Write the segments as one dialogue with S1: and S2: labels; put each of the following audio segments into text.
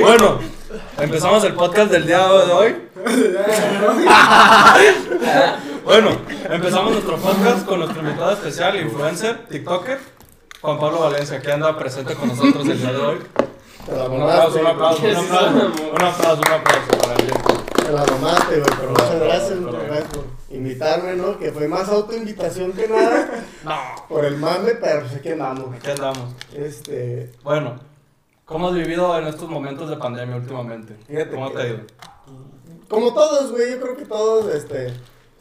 S1: Bueno, empezamos el podcast del día de hoy. Bueno, empezamos nuestro podcast con nuestro invitado especial, influencer, TikToker, Juan Pablo Valencia, que anda presente con nosotros el día de hoy.
S2: Te la
S1: Un aplauso,
S2: mamaste,
S1: un aplauso, un
S2: güey.
S1: aplauso, un aplauso, un aplauso para él.
S2: Te la mamaste, güey, pero muchas gracias,
S1: Pero-
S2: muchas gracias por invitarme, ¿no? Que fue más autoinvitación que nada.
S1: No.
S2: Por el mame, pero pues que andamos.
S1: Aquí andamos.
S2: Este,
S1: Bueno, ¿cómo has vivido en estos momentos de pandemia últimamente?
S2: Fíjate
S1: ¿Cómo
S2: que-
S1: te ha ido?
S2: como todos, güey, yo creo que todos, este,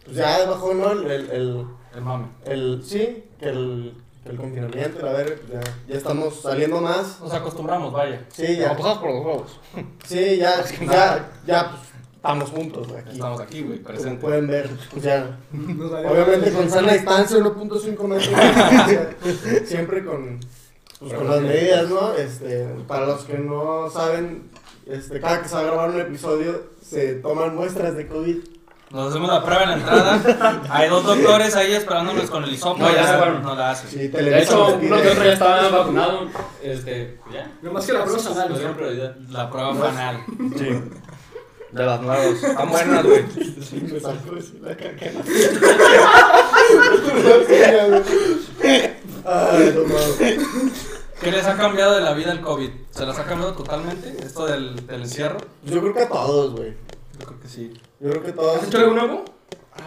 S2: pues ya bajó, ¿no? El, el, el,
S1: El mame.
S2: el- sí, que el, que el confinamiento, a ver, ya, ya estamos saliendo más.
S1: Nos acostumbramos, vaya.
S2: Sí, ya,
S3: pasamos por los huevos.
S2: sí, ya, ya, ya, pues, estamos juntos, güey, aquí.
S1: Estamos aquí, güey,
S2: Como
S1: presente.
S2: pueden ver, pues ya, Obviamente con sana distancia, 1.5 metros. de distancia, siempre con, pues, con las medidas, ¿no? Este, para los que no saben, este, cada que se va a grabar un episodio se toman muestras de COVID.
S1: Nos hacemos la prueba en la entrada. Hay dos doctores ahí esperándonos con el hisopo.
S3: No, ya
S1: ya
S3: se fueron.
S1: No la hacen.
S2: Sí,
S3: De
S2: Televisa
S3: hecho,
S2: nos
S3: uno que otro
S2: pide,
S3: ya estaba vacunado. Este, ya. Pues
S4: Nomás que la prueba sanal,
S3: Lo
S4: güey.
S3: dieron prioridad.
S1: La prueba banal.
S3: De las nuevas. Están buenas, güey.
S2: me sacó así la caca. No, sí, ya, güey. Ay, no mames.
S1: ¿Qué les ha cambiado de la vida el COVID? ¿Se las ha cambiado totalmente esto del, del encierro?
S2: Yo creo que a todos, güey.
S1: Yo creo que sí.
S2: Yo creo que a todos.
S4: ¿Has hecho algo nuevo?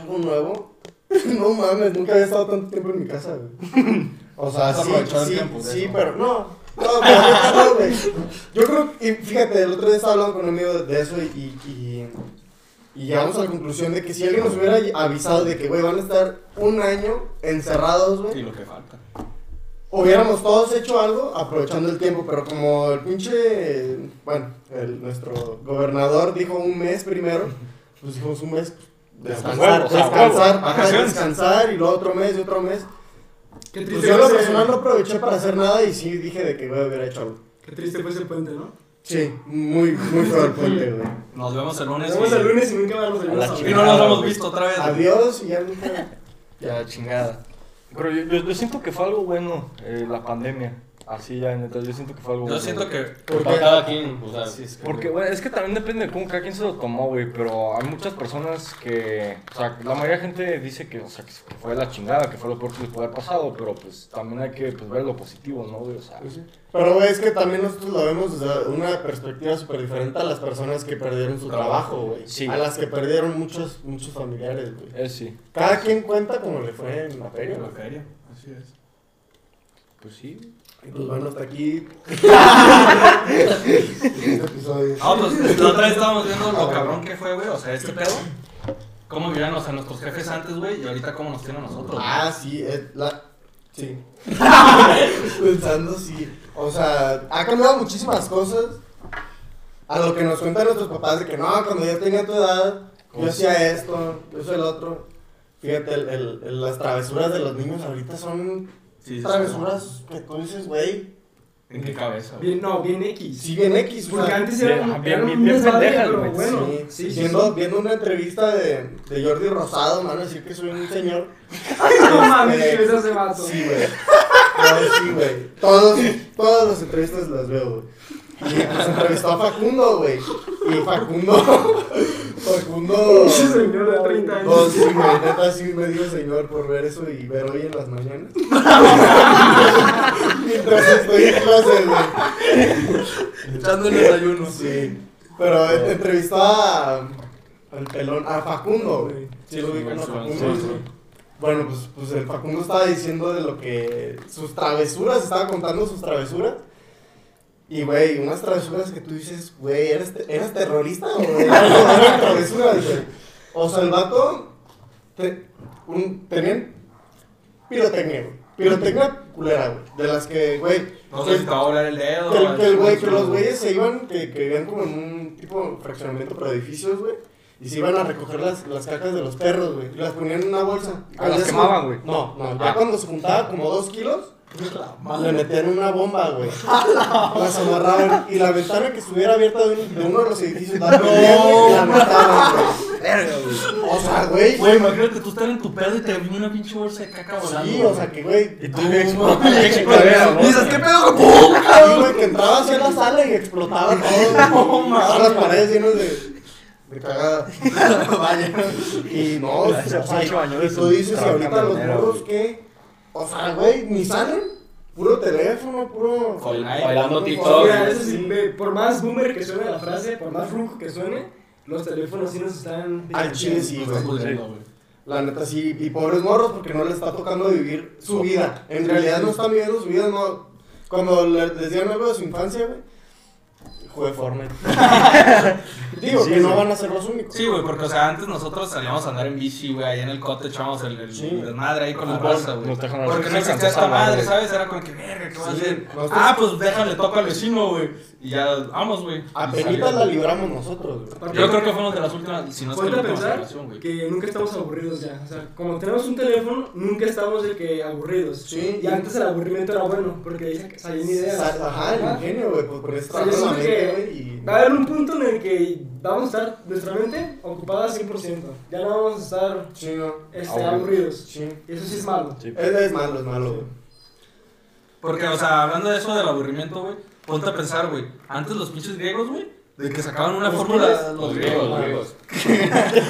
S2: ¿Algo nuevo? No mames, nunca había estado tanto tiempo en mi casa, güey. O sea,
S1: Has
S2: sí,
S1: aprovechado el
S2: sí,
S1: tiempo, güey,
S2: sí,
S1: ¿no?
S2: pero no. No, pero neta no, güey. Yo creo, que- y fíjate, el otro día estaba hablando con un amigo de, de eso y, y, y- y llegamos a la conclusión de que si alguien nos hubiera avisado de que, güey, van a estar un año encerrados, güey,
S1: Y lo que falta.
S2: hubiéramos todos hecho algo aprovechando el tiempo, pero como el pinche, bueno, el- nuestro gobernador dijo un mes primero, pues dijimos un mes pues, descansar,
S3: huevo, o sea,
S2: descansar,
S1: huevo,
S2: ajá,
S1: vacaciones.
S2: descansar y luego otro mes y otro mes.
S4: Qué
S2: Pues
S4: triste
S2: yo
S4: fue
S2: en lo
S4: ese-
S2: personal no aproveché para hacer nada y sí dije de que güey, hubiera hecho algo.
S4: Qué triste fue ese puente, ¿no?
S2: Sí, muy, muy feo el puente, güey.
S1: Nos vemos el lunes.
S4: Nos vemos
S1: y-
S4: el lunes y nunca vamos a
S3: A la
S4: vernos a
S1: Y
S4: ver.
S1: no nos hemos visto otra vez. güey.
S2: Adiós y ya nunca.
S3: Ya, chingada. Pero yo, yo- yo siento que fue algo bueno eh, la pandemia. Así ya, neta, yo siento que fue algo bueno.
S1: Yo siento que.
S2: ¿Por
S5: Para
S2: qué?
S5: cada quien, o sea,
S3: Porque, bueno, es que también depende de cómo cada quien se lo tomó, güey. Pero hay muchas personas que. O sea, la mayoría de gente dice que, o sea, que fue la chingada, que fue lo peor que les puede haber pasado. Pero pues también hay que pues, ver lo positivo, ¿no, güey? O sea,
S2: Pero güey, es que también nosotros lo vemos desde una perspectiva súper diferente a las personas que perdieron su trabajo, güey.
S3: Sí.
S2: A las que perdieron muchos, muchos familiares, güey.
S3: es sí.
S2: Cada quien cuenta como le fue en la feria, güey.
S1: Así es.
S3: Pues sí.
S2: Y pues bueno, hasta aquí. este episodio.
S1: Ah, pues la otra vez estábamos viendo lo cabrón que fue, güey. O sea, este pedo. Cómo vivían, o sea, nuestros jefes antes, güey. Y ahorita cómo nos tienen a nosotros. güey.
S2: Ah, sí, es la... Sí. Pensando, sí. O sea, ha cambiado muchísimas cosas. A lo que nos cuentan nuestros papás de que no, cuando yo tenía tu edad, yo hacía esto, yo hacía el otro. Fíjate, el- el- el- las travesuras de los niños ahorita son
S1: Sí, sí, sí.
S2: travesuras que tú dices, güey,
S1: ¿En qué cabeza, güey?
S4: Bien, no, bien X.
S2: si bien X, güey.
S4: Porque antes
S3: bien-
S4: eran
S3: bien-
S4: eran
S3: bien-
S4: un
S3: bien
S4: desmadre,
S3: pendejas,
S4: pero
S3: güey.
S4: bueno.
S2: Sí,
S4: Sí, sí,
S2: viendo,
S4: sí.
S2: viendo una entrevista de, de Jordi Rosado, me van a decir que soy un señor.
S4: Ay, no mames,
S2: Eh,
S4: que ves a ese vato.
S2: Sí, güey. No, sí, güey. Todos, todas las entrevistas las veo, güey. Y pues entrevistó a Facundo, güey. Y Facundo. Facundo.
S4: Ese señor de 30 años.
S2: No, Oh, sí, güey. Neta, sí me dio señor por ver eso y ver hoy en las mañanas. Mientras estoy en clase, güey.
S1: Echando el desayuno.
S2: Sí. Pero eh, entrevistó a. Al pelón. A Facundo, güey. Sí, lo
S1: Sí,
S2: ubican a
S1: sí,
S2: Facundo.
S1: sí, sí.
S2: Bueno, pues, pues el Facundo estaba diciendo de lo que. Sus travesuras, estaba contando sus travesuras. Y, güey, unas travesuras que tú dices, güey, ¿eres, te- ¿eras terrorista o eras eran travesuras, güey? O sea, el vato. te- un, tenían pirotecnia, güey. Pirotecnia culera, güey. De las que, güey.
S1: No
S2: que-
S1: sé si te va a volar el dedo.
S2: que, el- que el güey, que
S1: el-
S2: los güeyes se iban, que, que vivían como en un tipo de fraccionamiento para edificios, güey. Y se iban a recoger las, las cacas de los perros, güey. Y las ponían en una bolsa.
S3: Ah,
S2: Cuando
S3: las
S2: se-
S3: quemaban, güey.
S2: No, no, ya cuando se juntaba como dos kilos, le metían una bomba, güey. las amarraban. Y la ventana que estuviera abierta de, un- de uno de los edificios, la prendían, güey, y la mataban, güey.
S3: verga, güey.
S2: O sea, güey.
S1: Güey, imagínate tú estar en tu pedo y te vino una pinche bolsa de caca volando.
S2: Sí, o sea, que güey.
S3: Y tú,
S2: no,
S3: explota,
S2: mames,
S3: explota,
S2: güey,
S3: ¿no?
S2: dices,
S1: ¿qué pedo? ¡Pum!
S2: Sí, güey, que entraba hacia la sala y explotaba todo.
S1: No, mames.
S2: Todas las paredes llenas de. De cagada. Vaya. Y no, o sea,
S3: Pinche baño de
S2: y tú dices,
S3: trabaja
S2: ahorita los
S3: mañanero,
S2: morros
S3: güey.
S2: que. O sea, güey, ni salen. Puro teléfono, puro.
S1: Bailando
S2: Oh,
S1: TikTok.
S4: Mira,
S2: güey,
S4: eso sí,
S2: sí.
S4: me- por más boomer que suene la frase, por más rujo que suene, los teléfonos sí nos están.
S2: Al chile sí,
S1: Estás
S2: güey.
S1: pudriendo, güey.
S2: La neta sí, y pobres morros porque no les está tocando vivir su vida. En realidad no están viviendo su vida, no. Cuando le- les dieron algo de su infancia, güey. Jugué Fortnite. Digo
S3: Sí,
S2: que no
S3: güey.
S2: van a ser los únicos.
S1: Sí, güey, porque, o sea, antes nosotros salíamos a andar en bici, güey, ahí en el cote echábamos el, el
S2: Sí.
S1: desmadre ahí con la
S3: Fútbol,
S1: raza, güey.
S3: nos dejan a los
S1: Porque no
S3: vecinos
S1: existía esta
S3: cansados,
S1: madre,
S3: güey.
S1: ¿sabes? Era como que, verga, ¿qué va a
S2: Sí,
S1: hacer?
S2: nosotros-
S1: Ah, pues déjale, toca al vecino, güey. Y ya, vamos, güey. Y
S2: Apenitas
S1: salió.
S2: la libramos nosotros, güey.
S1: Yo creo que fuimos de las últimas, si no es que
S4: Ponte
S1: la
S4: a
S1: última
S4: pensar
S1: generación, güey.
S4: que nunca estamos aburridos ya. O sea, como tenemos un teléfono, nunca estamos de que aburridos.
S2: Sí.
S4: Y antes el aburrimiento era bueno, porque ahí sa- salían ideas.
S2: Sa- Ajá, el ingenio, güey, pues por eso
S4: O sea, yo
S2: trajo
S4: siento
S2: la mente,
S4: que
S2: güey. Y...
S4: Va a haber un punto en el que vamos a estar nuestra mente ocupada 100%. Ya no vamos a estar
S2: Sí, no.
S4: este,
S3: Aburrido.
S4: aburridos.
S2: Sí.
S4: Y eso sí es malo.
S3: Sí. pues,
S2: Es, es malo, es malo, güey.
S1: Porque, o sea, hablando de eso del aburrimiento, güey, ponte a pensar, güey. Antes los pinches griegos, güey, de que sacaban una
S2: Los
S1: fórmula.
S2: griegos,
S1: Los griegos, los griegos.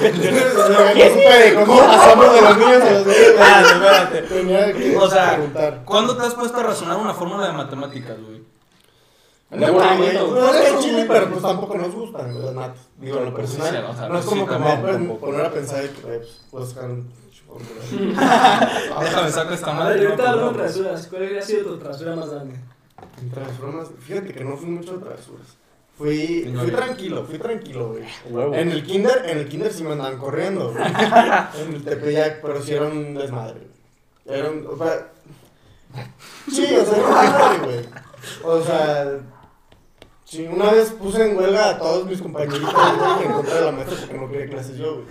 S2: No supe de ¿Cómo pasamos de los niños a los niños? espérate. Tenía que
S1: O sea,
S2: preguntar.
S1: ¿Cuándo te has puesto a razonar una fórmula de matemáticas, güey?
S2: No, güey, no es que en Chile, pero pues tampoco nos gustan güey, las mates. Digo, en lo personal.
S1: Sí, o sea,
S2: no es
S1: sí,
S2: como que me
S1: también,
S2: voy a
S3: tampoco.
S2: poner a pensar de que, güey, pues, puedo sacar un chocolate. Ah,
S1: Déjame saco esta
S4: A ver,
S1: madre.
S4: y ahorita hablamos de
S1: güey.
S4: trasuras. ¿Cuál hubiera sido tu trasura más grande?
S2: Travesuras, fíjate que no fui mucho de travesuras. Fui, fui
S1: Señores.
S2: tranquilo, fui tranquilo, güey.
S3: Huevo.
S2: En el kinder, en el kinder sí me andaban corriendo, güey. En el Tepeyac, pero sí era un desmadre, güey. Era un, o sea... Sí, o sea, era un desmadre, güey. O sea... Sí, una vez puse en huelga a todos mis compañeritos, güey, en contra de la maestra porque no quería clases yo, güey.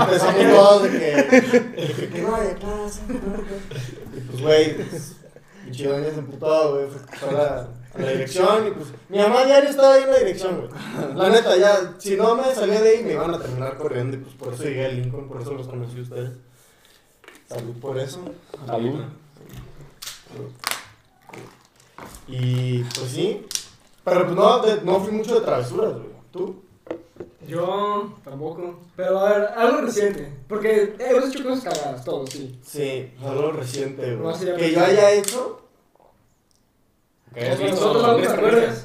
S2: Empezamos todos de que... de que, que no haya clases, Y pues, güey, pues, mi chidoña se emputó, güey, fue- fue a la, a la dirección y pues... Mi mamá diario estaba ahí en la dirección, güey. La neta, ya, si no me salía de ahí, me iban a terminar corriendo. Y pues por eso llegué a Lincoln, por eso los conocí a ustedes. Salud por eso.
S3: Salud.
S2: Y pues sí. Pero pues no, de- no fui mucho de travesuras, güey. ¿Tú?
S4: Yo tampoco. Pero a ver, algo reciente. Porque hemos hecho cosas cagadas, todos, sí.
S2: Sí, algo reciente,
S4: No,
S2: güey.
S4: sí, ya
S2: que
S4: me-
S2: yo haya hecho.
S1: ¿Qué?
S4: Nosotros algo que te acuerdas.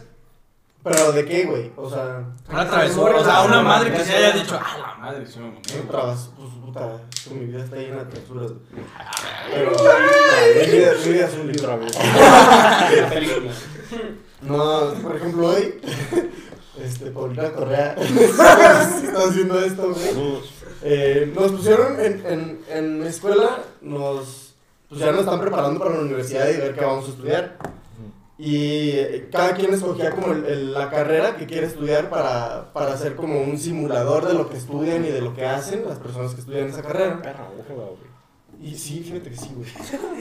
S2: Pero de qué, güey. O sea,
S1: Una travesura, o sea, una madre que se haya dicho, ah, la madre, sí, me mamé,
S2: no
S1: güey".
S2: trabas. Pues puta, es que mi vida está llena de travesuras, güey. Pero. Mi vida, mi vida es un libro.
S3: Otra vez.
S2: No, por ejemplo, hoy, este, Paulina Correa está haciendo esto, güey.
S3: Saludos.
S2: Eh, nos pusieron en, en, en mi escuela, nos, pues ya nos están preparando para la universidad y ver qué vamos a estudiar. Y eh, cada quien escogía como el- el- la carrera que quiere estudiar para, para hacer como un simulador de lo que estudian y de lo que hacen las personas que estudian esa carrera.
S3: Perra, ojalá, güey.
S2: Y sí, fíjate que sí, güey.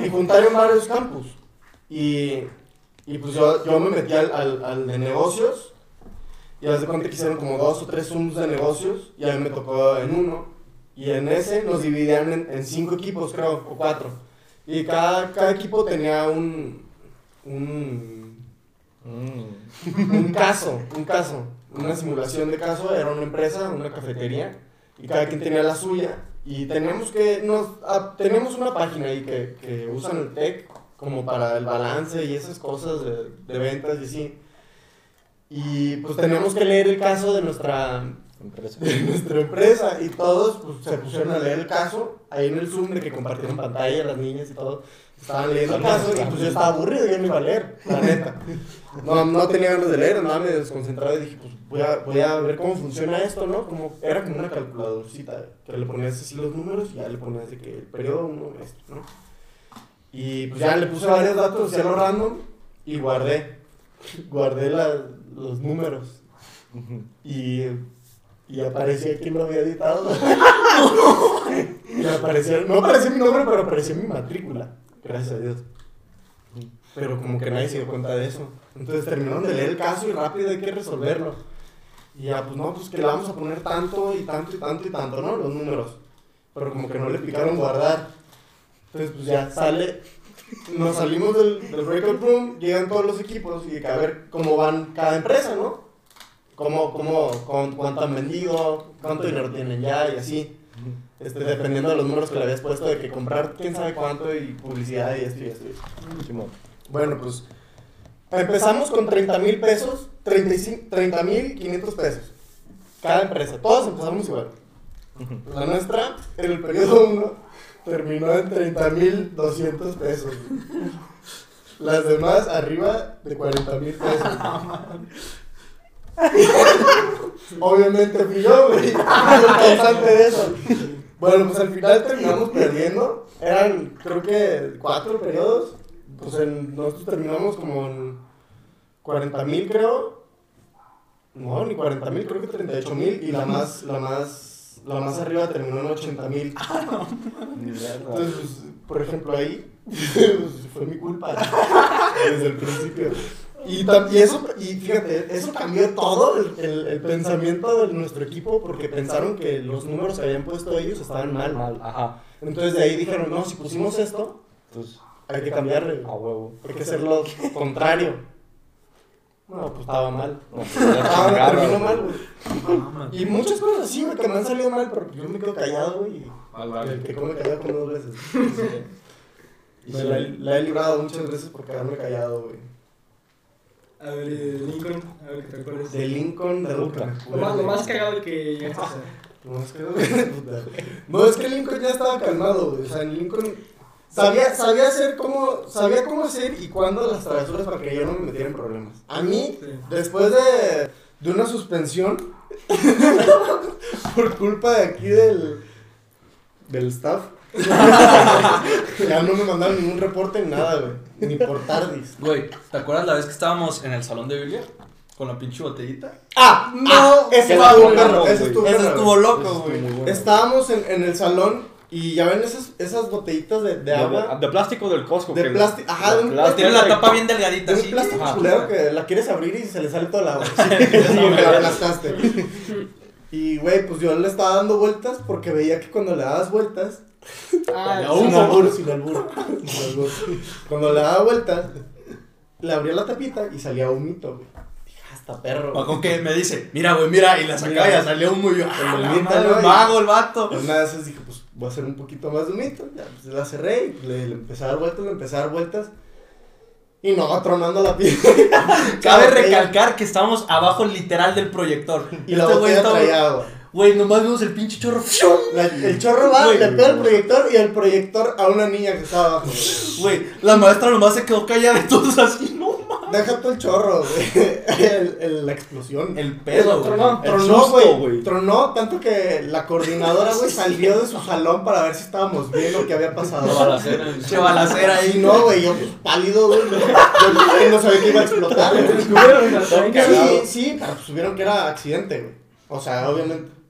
S2: Y juntaron varios campus. Y, y pues yo, yo me metí al, al, al de negocios. Y haz de cuenta que hicieron como dos o tres Zooms de negocios. Y a mí me tocó en uno. Y en ese nos dividían en, en cinco equipos, creo, o cuatro. Y cada, cada equipo tenía un, un,
S3: Mm.
S2: un caso, un caso, una simulación de caso, era una empresa, una cafetería, y cada quien tenía la suya, y teníamos que, nos, ah, tenemos una página ahí que, que usan el tech como para el balance y esas cosas de, de ventas y así, y pues teníamos que leer el caso de nuestra,
S3: Empresa.
S2: de nuestra empresa y todos pues, se pusieron a leer el caso ahí en el Zoom de que compartieron pantalla las niñas y todo. Estaban leyendo el caso y pues yo estaba aburrido, yo no iba a leer, la neta. No, no tenía ganas de leer, andaba medio desconcentrado y dije, pues voy a, voy a ver cómo funciona esto, ¿no? Como, era como una calculadorcita que le ponías así los números y ya le ponías de que el periodo uno, esto, ¿no? Y pues ya le puse varios datos, ya lo random y guardé. Guardé la- los números.
S3: Ujú.
S2: Y, y aparecía quien lo había editado. y aparecía, no aparecía mi nombre, pero aparecía mi matrícula. Gracias a Dios. Pero como que nadie se dio cuenta de eso. Entonces terminaron de leer el caso y rápido hay que resolverlo. Y ya, pues no, pues que le vamos a poner tanto y tanto y tanto y tanto, ¿no? Los números. Pero como que no le picaron guardar. Entonces, pues ya sale. Nos salimos del, del breakout room, llegan todos los equipos y a ver cómo van cada empresa, ¿no? Cómo, cómo, con, cuánto han vendido, cuánto dinero tienen ya y así. Este, dependiendo de los números que le habías puesto de que comprar quién sabe cuánto y publicidad y esto y esto. y esto.
S3: Simón.
S2: Bueno, pues empezamos con 30 mil pesos, 30 mil 500 pesos. Cada empresa, todos empezamos igual. La nuestra, en el periodo 1, terminó en 30 mil 200 pesos. Las demás, arriba de 40 mil pesos. Obviamente fui yo, güey. el causante de eso. Bueno, pues al final terminamos perdiendo. Eran, creo que, cuatro periodos. Pues en- nosotros terminamos como en 40 mil, creo. No, ni 40 mil, creo que 38 mil. Y la más, la más, la más arriba terminó en 80 mil. Entonces, pues, por ejemplo, ahí pues, fue mi culpa desde el principio. Y, tam- y eso, y fíjate, eso cambió todo el, el- el pensamiento de nuestro equipo porque pensaron que los números que habían puesto ellos estaban mal.
S3: Mal, ajá.
S2: Entonces de ahí dijeron, no, si pusimos esto,
S3: Entonces,
S2: hay que cambiarle.
S3: a huevo.
S2: Hay que hacerlo contrario. No, pues estaba mal.
S3: No, pues, ya
S2: Estaba,
S3: chingaron,
S2: Ah, terminó
S3: güey.
S2: mal, güey. Y muchas cosas así, güey, que me han salido mal, pero yo me quedo callado, güey. y-
S1: Al
S2: el
S1: vale.
S2: que come callado como dos veces. Y me la, he- la he librado muchas veces por quedarme callado, güey.
S4: A ver, eh, Lincoln, a ver que te acuerdes.
S2: De Lincoln, de
S3: Puta.
S2: Luca.
S4: Lo más, lo más cagado que llegaste a hacer.
S2: No, Pues es que, puta. no, es que Lincoln ya estaba calmado, güey. O sea, en Lincoln sabía, sabía hacer cómo, sabía cómo hacer y cuándo las travesuras para que yo no me metiera en problemas. A mí,
S4: Sí.
S2: después de, de una suspensión, por culpa de aquí del, del staff, ya no me mandaron ningún reporte ni nada, güey. Ni por tardis.
S1: Güey, ¿te acuerdas la vez que estábamos en el salón de Biblia? Con la pinche botellita.
S2: ¡Ah! ¡No! Ese
S3: que la
S2: estuvo
S3: pongan,
S2: perro, ese
S3: güey.
S2: estuvo
S1: Ese
S2: perro,
S1: estuvo
S2: güey.
S1: loco,
S2: Ese estuvo
S1: güey.
S2: muy bueno.
S3: güey.
S2: Estábamos en, en el salón y ya ven esas, esas botellitas de, de
S3: De,
S2: agua.
S3: de plástico del Costco.
S2: De
S3: que-
S2: plástico- ajá, de un
S3: plástico.
S1: Tiene la tapa bien delgadita,
S2: De un
S1: así.
S2: plástico
S3: Ajá.
S2: culero que la quieres abrir y se le sale toda la agua. Sí, me la aplastaste. Y, güey, pues yo le estaba dando vueltas porque veía que cuando le dabas vueltas.
S4: Ah,
S2: Sin
S4: sí.
S2: albur, sin albur, sin albur. Cuando le daba vueltas, le abría la tapita y salía humito, güey. Dije, hasta perro. güey".
S1: Paco que me dice, mira, güey, mira, y la sacaba y ya salió un muy
S2: Ah, la madre,
S1: el vago, el vato.
S2: Pues nada, entonces dije, pues voy a hacer un poquito más de humito. Ya, pues la cerré y le, le empecé a dar vueltas, le empecé a dar vueltas. Y no, va tronando la piedra.
S1: Cabe
S2: La botella-
S1: recalcar que este estábamos abajo literal del proyector.
S2: Y la
S1: Este güey
S2: botella
S1: estaba-
S2: traía agua.
S1: Güey, nomás vimos el pinche chorro. ¡fium!
S2: La- el chorro va,
S1: Güey.
S2: le pega al proyector y al proyector a una niña que estaba abajo. güey.
S1: Güey, la maestra nomás se quedó callada de todos así, no mames.
S2: Deja tú el chorro, güey. El- el- la explosión.
S1: El pedo, güey.
S4: tronó.
S2: El
S3: tronó,
S2: susto,
S3: güey.
S2: Tronó tanto que la coordinadora, güey, salió de su salón para ver si estábamos bien lo que había pasado.
S1: Se balacera
S2: Y
S1: ahí, ¿no?
S2: no, güey, yo pues, pálido, güey. Yo, yo no sabía que iba a explotar. güey.
S4: Descubrieron la
S2: Sí,
S4: tranca.
S2: sí, pero pues, supieron que era accidente, güey. O sea, obviamente.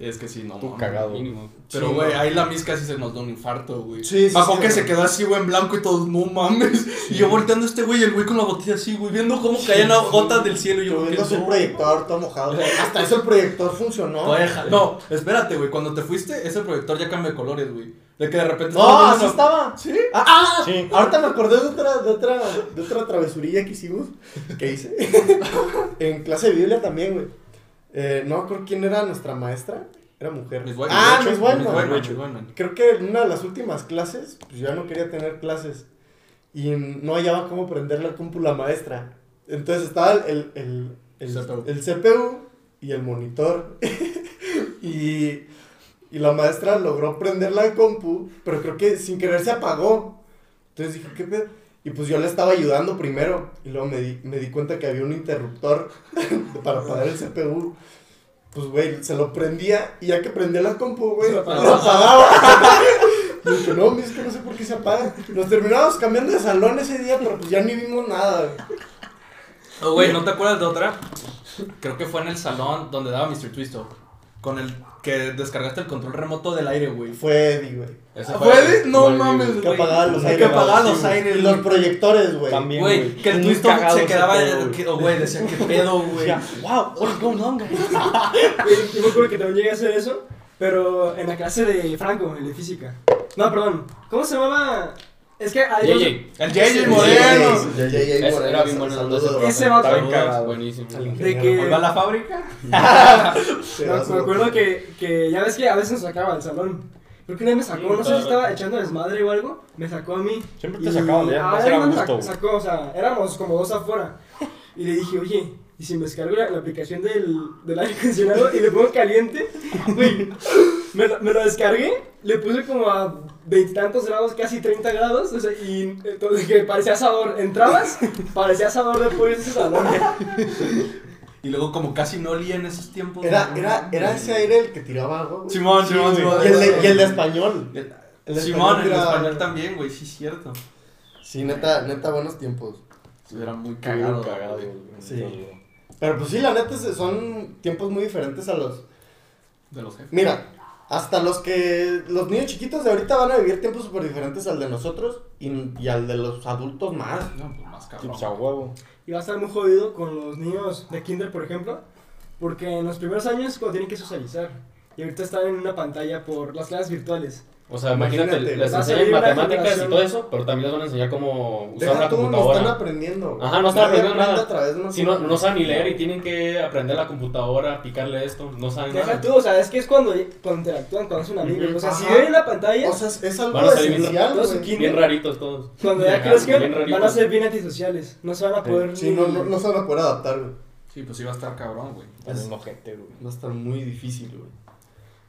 S1: Es que sí, no.
S3: Tú
S1: mames,
S3: cagado.
S1: mínimo. Pero,
S2: Sí,
S1: güey,
S2: no.
S1: ahí la mis casi se nos da un infarto, güey.
S2: Sí, sí,
S1: Bajo
S2: sí,
S1: que
S2: güey.
S1: se quedó así, güey, en blanco y todos, no mames. Y yo volteando a este güey, y el güey con la botella así, güey, viendo cómo caían las gotas del cielo. Y yo,
S2: Yo
S1: ¿qué
S2: viendo el
S1: no?
S2: proyector todo mojado. Hasta eso el proyector funcionó.
S1: Todavía ja- No, espérate, güey. Cuando te fuiste, ese proyector ya cambió de colores, güey. De que de repente.
S2: No,
S1: estábamos
S2: así
S1: viendo-
S2: estaba.
S1: ¿Sí?
S2: Ah, ah,
S3: Sí.
S2: ahorita me acordé de otra, de otra, de otra travesurilla que hicimos, que hice. en clase de Biblia también, güey. Eh, no creo quién era nuestra maestra, era mujer.
S1: Miss Wyman.
S2: ah,
S1: De hecho,
S2: Miss Wyman.
S1: Miss Wyman, Miss Wyman.
S2: Creo que en una de las últimas clases, pues ya no quería tener clases. Y no hallaba cómo prenderle al compu la maestra. Entonces estaba el, el, el, el-
S1: CPU.
S2: el CPU y el monitor. y, y la maestra logró prenderla al compu, pero creo que sin querer se apagó. Entonces dije, ¿qué pedo? Y pues yo le estaba ayudando primero. Y luego me di, me di cuenta que había un interruptor para apagar el CPU. Pues, güey, se lo prendía. Y ya que prendía la compu, güey,
S4: Se
S2: lo
S4: apagaba.
S2: apagaba. Y dije, no, es que no sé por qué se apaga. Nos terminamos cambiando de salón ese día, pero pues ya ni vimos nada. güey.
S1: Oh, güey, ¿no te acuerdas de otra? Creo que fue en el salón donde daba Mr. Twisto. con el que descargaste el control remoto del aire, güey.
S2: Fue Eddie, güey.
S1: Ese
S4: ¿Ah, ¿Fue Eddie? No
S3: Fue Eddie,
S4: mames,
S2: Que
S4: güey.
S2: apagaba los
S1: Que
S2: aires.
S1: apagaba
S2: güey.
S1: los aires,
S2: Y los
S1: güey.
S2: proyectores, güey.
S3: También,
S1: Güey, que el
S3: Muy
S1: twist
S3: cagado
S1: se
S3: ese
S1: quedaba,
S3: pedo,
S1: que- oh, güey, decía, qué pedo, güey.
S3: Decía, wow, what's going on, guys?
S4: Güey, Yo me acuerdo que también llegué a hacer eso, pero en la clase de Franco, en el de física. No, perdón. ¿Cómo se llamaba? Es que ah, hay
S5: JJ.
S1: El
S4: Sí,
S1: JJ
S2: Moreno.
S1: Moreno.
S2: J.J.
S5: Ese era
S2: Moreno,
S5: bien bueno.
S2: saludos.
S5: entonces,
S4: Ese vato.
S5: estaba bien
S1: Saludos.
S5: cagado. Buenísimo.
S4: De que,
S1: ¿Vuelve a la fábrica?
S2: Se
S4: no,
S2: va su-
S4: me acuerdo que, que ya ves que a veces nos sacaba del salón. Creo que una vez me sacó, no sé si estaba echando desmadre o algo, me sacó a mí.
S3: Siempre te
S4: Y-
S3: sacaban, ya,
S4: ah,
S3: no era
S4: alguien me
S3: gusto,
S4: sa-
S3: güey.
S4: sacó, o sea, éramos como dos afuera. Y le dije, oye, y si me descargo la, la aplicación del, del aire acondicionado y le pongo caliente, güey, me, lo- me lo descargué, le puse como a veintitantos grados, casi 30 grados, o sea, y entonces que parecía sabor, entrabas, parecía sabor de pollo en ese salón.
S1: Y luego, como casi no olía en esos tiempos.
S2: Era,
S1: güey.
S2: era, era ese aire el que tiraba agua, güey.
S1: Simón,
S2: Sí,
S1: Simón,
S2: güey.
S1: Simón.
S2: Y el de, y el de español. El
S1: Simón,
S2: español
S1: en
S2: era-
S1: español también, güey, sí, cierto.
S2: Sí, neta, neta, buenos tiempos.
S1: Era muy cagado.
S3: Cagado, cagado.
S1: güey.
S2: Sí. Pero pues sí, la neta, se- son tiempos muy diferentes a los...
S1: De los jefes.
S2: Mira, hasta los que... Los niños chiquitos de ahorita van a vivir tiempos súper diferentes al de nosotros y, y al de los adultos más.
S1: No, pues más
S3: Sí,
S1: cabrón.
S3: pues a huevo.
S4: Y va a estar muy jodido con los niños de kinder, por ejemplo, porque en los primeros años es cuando tienen que socializar. Y ahorita están en una pantalla por las clases virtuales.
S5: O sea, imagínate,
S2: Imagínate,
S5: les
S4: vas a
S5: enseñan
S4: vivir una
S5: matemáticas y
S4: generación.
S5: todo eso, pero también les van a enseñar cómo usar
S2: Deja
S5: la
S2: tú, no están
S5: computadora.
S2: aprendiendo. güey.
S5: Ajá, no están
S2: Nadie
S5: aprendiendo
S2: aprende
S5: nada.
S2: a través de una
S5: Si no, no saben ni leer y tienen que aprender la computadora, picarle esto, no saben
S4: Deja
S5: nada.
S4: tú, o sea, es que es cuando, cuando interactúan, cuando son amigos. O sea, si
S2: Ajá.
S4: ven en la pantalla,
S2: O sea, es- es algo
S5: Van a salir bien-
S2: esencial,
S4: todo su
S2: güey.
S4: kinder,
S5: Bien raritos todos.
S4: cuando ya
S5: Ajá, bien
S4: crezcan,
S5: raritos.
S4: van a ser bien antisociales. No se van a poder
S2: Sí,
S4: ni-
S2: no, no, no se van a poder adaptar, güey.
S1: Sí, pues iba a estar cabrón, güey.
S3: Tan enojete, güey.
S2: Va a estar muy difícil, güey.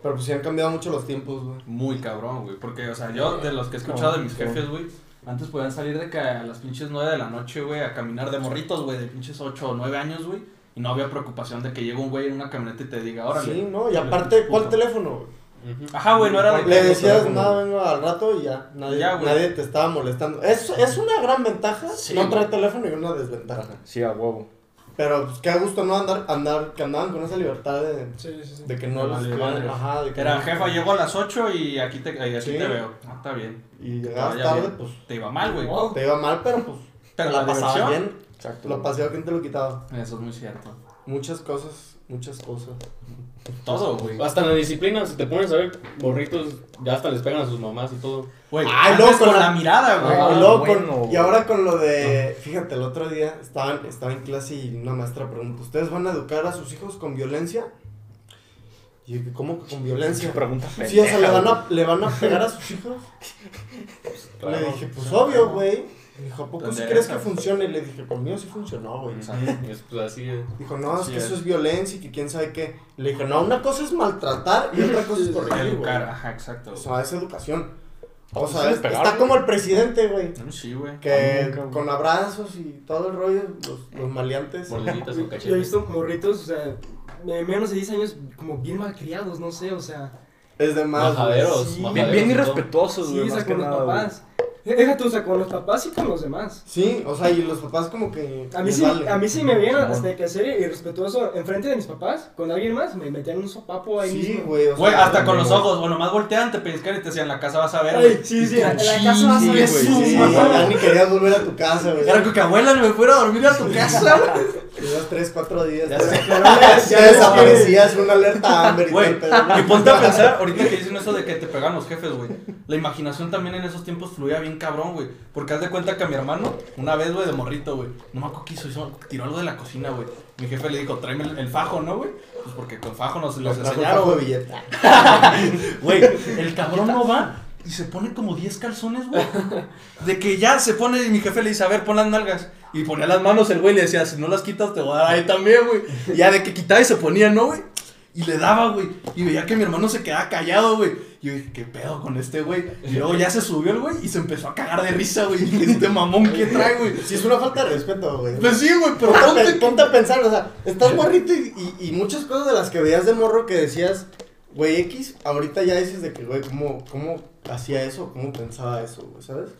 S2: Pero pues sí han cambiado mucho los tiempos, güey.
S1: Muy cabrón, güey. Porque, o sea, yo de los que he escuchado de mis jefes, güey, antes podían salir de que a las pinches 9 de la noche, güey, a caminar de morritos, güey, de pinches 8 o 9 años, güey. Y no había preocupación de que llegue un güey en una camioneta y te diga, órale.
S2: Sí, ¿no? Y aparte, ¿cuál teléfono? güey?
S5: Ujú.
S1: Ajá, güey, no era de que-
S2: Le decías,
S1: Teléfono.
S2: nada, vengo al rato y ya. Nadie,
S1: Ya, güey.
S2: nadie te estaba molestando. Es, es una gran ventaja
S1: Sí,
S2: no traer
S1: güey.
S2: teléfono y una desventaja.
S3: Sí, a huevo.
S2: Pero pues qué gusto no andar, andar, que andaban con esa libertad de,
S4: Sí, sí, sí.
S2: de que no
S1: De vale, madre.
S2: Ajá, de que
S1: Era,
S2: no-
S1: jefa, llego a las 8 y aquí te, y aquí
S2: Sí.
S1: te veo. Ah, está bien.
S2: Y
S1: Te
S2: llegabas
S1: vaya
S2: tarde,
S1: bien.
S2: pues
S1: Te iba mal, güey.
S4: No.
S2: te iba mal, pero pues
S1: Pero
S2: la,
S1: la
S2: pasaba
S1: diversión.
S2: bien.
S3: Exacto.
S2: Lo paseo, ¿quién te lo quitaba?
S1: Eso es muy cierto.
S2: Muchas cosas, muchas cosas.
S1: Todo, güey.
S5: Hasta en la disciplina, si te pones a ver borritos, ya hasta les pegan a sus mamás y todo.
S1: Güey,
S2: Ay,
S1: antes
S2: loco,
S1: con
S2: la-
S1: la mirada, güey.
S3: Ah,
S2: y, luego con-
S3: bueno,
S2: y ahora con lo de, fíjate, el otro día estaban, estaba en clase y una maestra preguntó, ¿ustedes van a educar a sus hijos con violencia? Y yo, ¿cómo que con
S3: Sí,
S2: violencia?
S3: pregunta
S2: Sí, o sea, ¿le
S3: pendeja,
S2: van
S3: güey.
S2: a, ¿le van a pegar a sus hijos? Le
S5: claro.
S2: dije, pues obvio, güey. Dijo, ¿a poco sí
S1: Donde
S2: crees que
S1: eres,
S2: funcione? Le dije, conmigo sí funcionó, güey.
S5: Ujú, es, pues así es.
S2: Dijo, no, es
S1: Sí,
S2: que eso
S1: es.
S2: es violencia y que quién sabe qué. Le dije, no, una cosa es maltratar y otra cosa es corregir, güey.
S1: Educar, ajá, exacto.
S2: O
S1: güey.
S2: sea, es educación. O
S3: Pues
S2: sea,
S3: sí,
S2: es-
S3: pegar,
S2: está
S3: güey.
S2: como el presidente, güey.
S1: No, Sí, güey.
S2: Que
S3: Nunca, güey.
S2: con abrazos y todo el rollo, los,
S1: Eh.
S2: los maleantes.
S5: Mordiditas o
S4: Yo he
S5: cachetes.
S4: visto morritos, o sea, de menos de 10 años, como bien malcriados, no sé, o sea.
S2: Es de más. güey.
S5: Majaderos.
S4: sí.
S5: majaderos
S3: Bien, bien
S5: y todo.
S3: irrespetuosos,
S4: Sí,
S3: güey.
S4: o sea,
S3: más que
S4: con los
S3: nada, güey.
S4: papás. Deja tú, o sea, con los papás y con los demás.
S2: Sí, o sea, y los papás como que.
S4: A mí,
S2: les
S4: sí,
S2: vale.
S4: a mí sí me veían hasta que ser irrespetuoso enfrente de mis papás, con alguien más, me metían un sopapo ahí
S2: Sí,
S4: mismo.
S2: güey. o
S1: Güey,
S2: sea,
S1: hasta con los
S2: güey.
S1: ojos, o nomás voltean, te pellizcan y te decían, la casa vas a ver,
S4: Ay,
S1: güey.
S4: sí, sí, en la
S1: Sí,
S4: casa vas a
S1: sí,
S4: ver
S1: güey,
S4: su-
S2: Sí, ya ni querías volver a tu casa, güey.
S1: Era como que abuela, no me fuera a dormir a tu casa, güey.
S2: Llevas 3, 4 días.
S1: Ya
S2: güey.
S1: sé.
S2: Ya desaparecías, una alerta Amber. y todo
S1: Güey,
S2: el pedo, ¿no?
S1: y ponte a pensar, ahorita que dicen eso de que te pegan los jefes, güey. La imaginación también en esos tiempos fluía bien cabrón, güey. Porque haz de cuenta que a mi hermano, una vez, güey, de morrito, güey, no me acuerdo qué hizo, hizo- tiró algo de la cocina, güey. Mi jefe le dijo, tráeme el, el fajo, ¿no, güey? Pues porque con fajo nos los
S2: Trajo un
S1: enseñaron,
S2: fajo de
S1: güey.
S2: billete.
S1: Güey, el cabrón no va y se pone como 10 calzones, güey. De que ya se pone y mi jefe le dice, a ver, pon las nalgas. Y ponía las manos el güey y le decía, si no las quitas te voy a dar ahí también, güey. Y ya de que quitaba y se ponía, ¿no, güey? Y le daba, güey. Y veía que mi hermano se quedaba callado, güey. Y yo dije, ¿qué pedo con este, güey? Y luego ya se subió el güey y se empezó a cagar de risa, güey. Y dije, este mamón, ¿qué trae, güey?
S2: Sí, es una falta de respeto, güey.
S1: Pues sí, güey, pero
S2: Pero ponte,
S1: ponte...
S2: ponte a pensar, o sea, estás morrito y, y- y muchas cosas de las que veías de morro que decías, güey X, ahorita ya dices de que, güey, ¿cómo, cómo hacía eso? ¿Cómo pensaba eso, güey? ¿Sabes?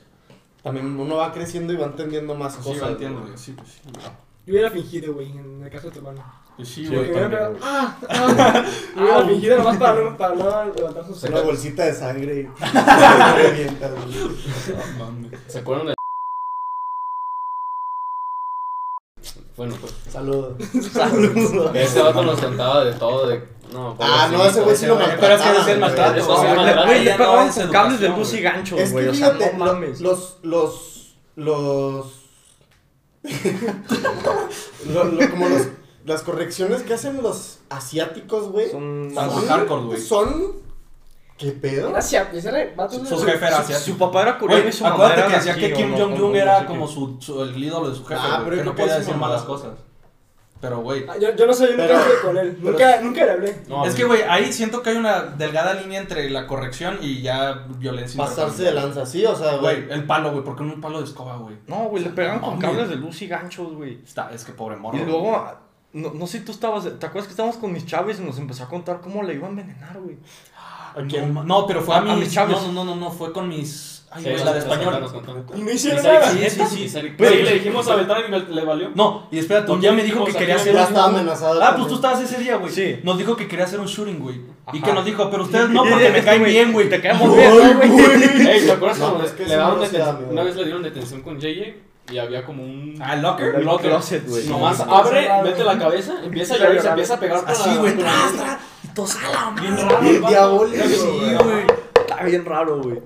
S2: También uno va creciendo y va entendiendo más
S1: Sí,
S2: cosas.
S1: lo entiendo,
S2: güey.
S1: güey. Sí, pues sí.
S4: Yo hubiera fingido, güey, en el caso de tu hermano.
S1: Pues sí,
S5: Sí,
S1: güey.
S5: güey.
S4: Que hubiera-
S5: también,
S4: ¡Ah! ¡Ah! Y hubiera fingido nomás para no, para no levantar sus
S2: Una bolsita de sangre. y- revienta, güey.
S1: No mames.
S5: ¿Se acuerdan de.? Bueno, pues.
S2: Saludos. Saludos.
S5: Ese vato nos contaba de todo, de. No,
S2: Ah, no, ese güey sí lo maltrataban.
S1: Pero es que ese es el
S2: güey.
S1: maltrato,
S5: Eso sí,
S1: güey.
S5: maltrato.
S1: La-
S3: Güey,
S1: güey,
S3: le
S1: ya no
S3: pagaban
S1: es
S3: con cables de
S1: educación,
S3: luz y
S1: güey.
S3: ganchos,
S2: Es
S3: güey.
S2: que
S3: O sea,
S2: fíjate,
S3: no mames.
S2: los, los, los, lo- lo- como los, las correcciones que hacen los asiáticos, güey.
S3: Son-
S1: Tan hardcore, güey.
S2: Son, ¿qué pedo?
S4: Gracias, ese era- vato
S1: Su-
S4: era-
S1: Sus jefes
S3: Su-
S1: asiáticos.
S3: Su papá era coreano
S1: Güey,
S3: y su mamá
S1: acuérdate
S3: era
S1: que decía
S3: de
S1: que
S3: aquí,
S1: Kim
S3: o no, no,
S1: Jong-un
S3: no
S1: era
S3: sé
S1: como
S3: qué.
S1: su, su- el ídolo de su jefe,
S2: Ah,
S1: güey,
S2: pero
S1: que
S2: ¿qué
S1: no
S2: puedo
S1: podía
S2: decir
S1: decir malas
S2: mamá?
S1: cosas. Pero, güey,
S4: Ah, Yo, yo no soy nunca
S2: Pero-
S4: hablé con él.
S2: pero-
S4: Nunca, nunca le hablé.
S5: No,
S1: es que, güey, ahí siento que hay una delgada línea entre la corrección y ya violencia.
S2: Pasarse de lanza, sí, o sea, güey.
S1: Güey, el palo, güey, porque un palo de escoba, güey.
S3: No, güey, le pegaban con
S1: Mames.
S3: cables de luz y ganchos, güey.
S1: Está, es que pobre morro.
S3: Y luego, ah, no, no sé si tú estabas, ¿te acuerdas que estábamos con mis chaves y nos empezó a contar cómo le iban a envenenar, güey?
S1: ¿A quién? No, no, pero fue a,
S3: A- a
S1: mis.
S3: mis chaves.
S1: No, no, no, no, fue con mis. Ay,
S5: Sí,
S1: güey,
S5: nos-
S1: la de
S5: nos
S1: español.
S5: contó, nos contó.
S4: Y no hicieron nada.
S1: Sí, sí, sí, sí.
S5: Pero sí, le dijimos a Beltrán y me- le valió.
S1: No, y espérate, un día me dijo que
S5: Aquí
S1: quería
S5: ya
S1: hacer
S2: Ya
S1: un-
S2: estaba amenazado.
S1: Ah, pues
S2: también.
S1: tú estabas ese día, güey.
S3: Sí.
S1: Nos dijo que quería hacer un shooting, güey. Y
S3: Ajá.
S1: que nos dijo, pero ustedes no, porque me
S3: Este,
S1: caen bien, güey.
S3: Te caemos bien, ¿no, güey.
S5: Ey, ¿te acuerdas
S2: No,
S5: cuando
S2: es que
S5: le
S2: eso
S5: daban
S2: no se
S5: deten-
S2: da, güey.
S5: una vez le dieron detención con JJ y había como un
S1: Ah, locker.
S5: un locker.
S3: closet, güey.
S5: Nomás
S4: Sí,
S5: abre,
S4: cerrado.
S5: mete la cabeza, empieza a
S3: Sí,
S5: llorar y se
S3: llorar.
S5: empieza a pegar con
S1: Así,
S5: la-
S1: güey.
S5: con la-
S1: tras, tras, Y todos a la madre.
S5: Bien raro,
S2: Bien
S5: vato.
S2: diabólico,
S5: Sí,
S2: güey.
S1: güey.
S3: Está bien raro, güey.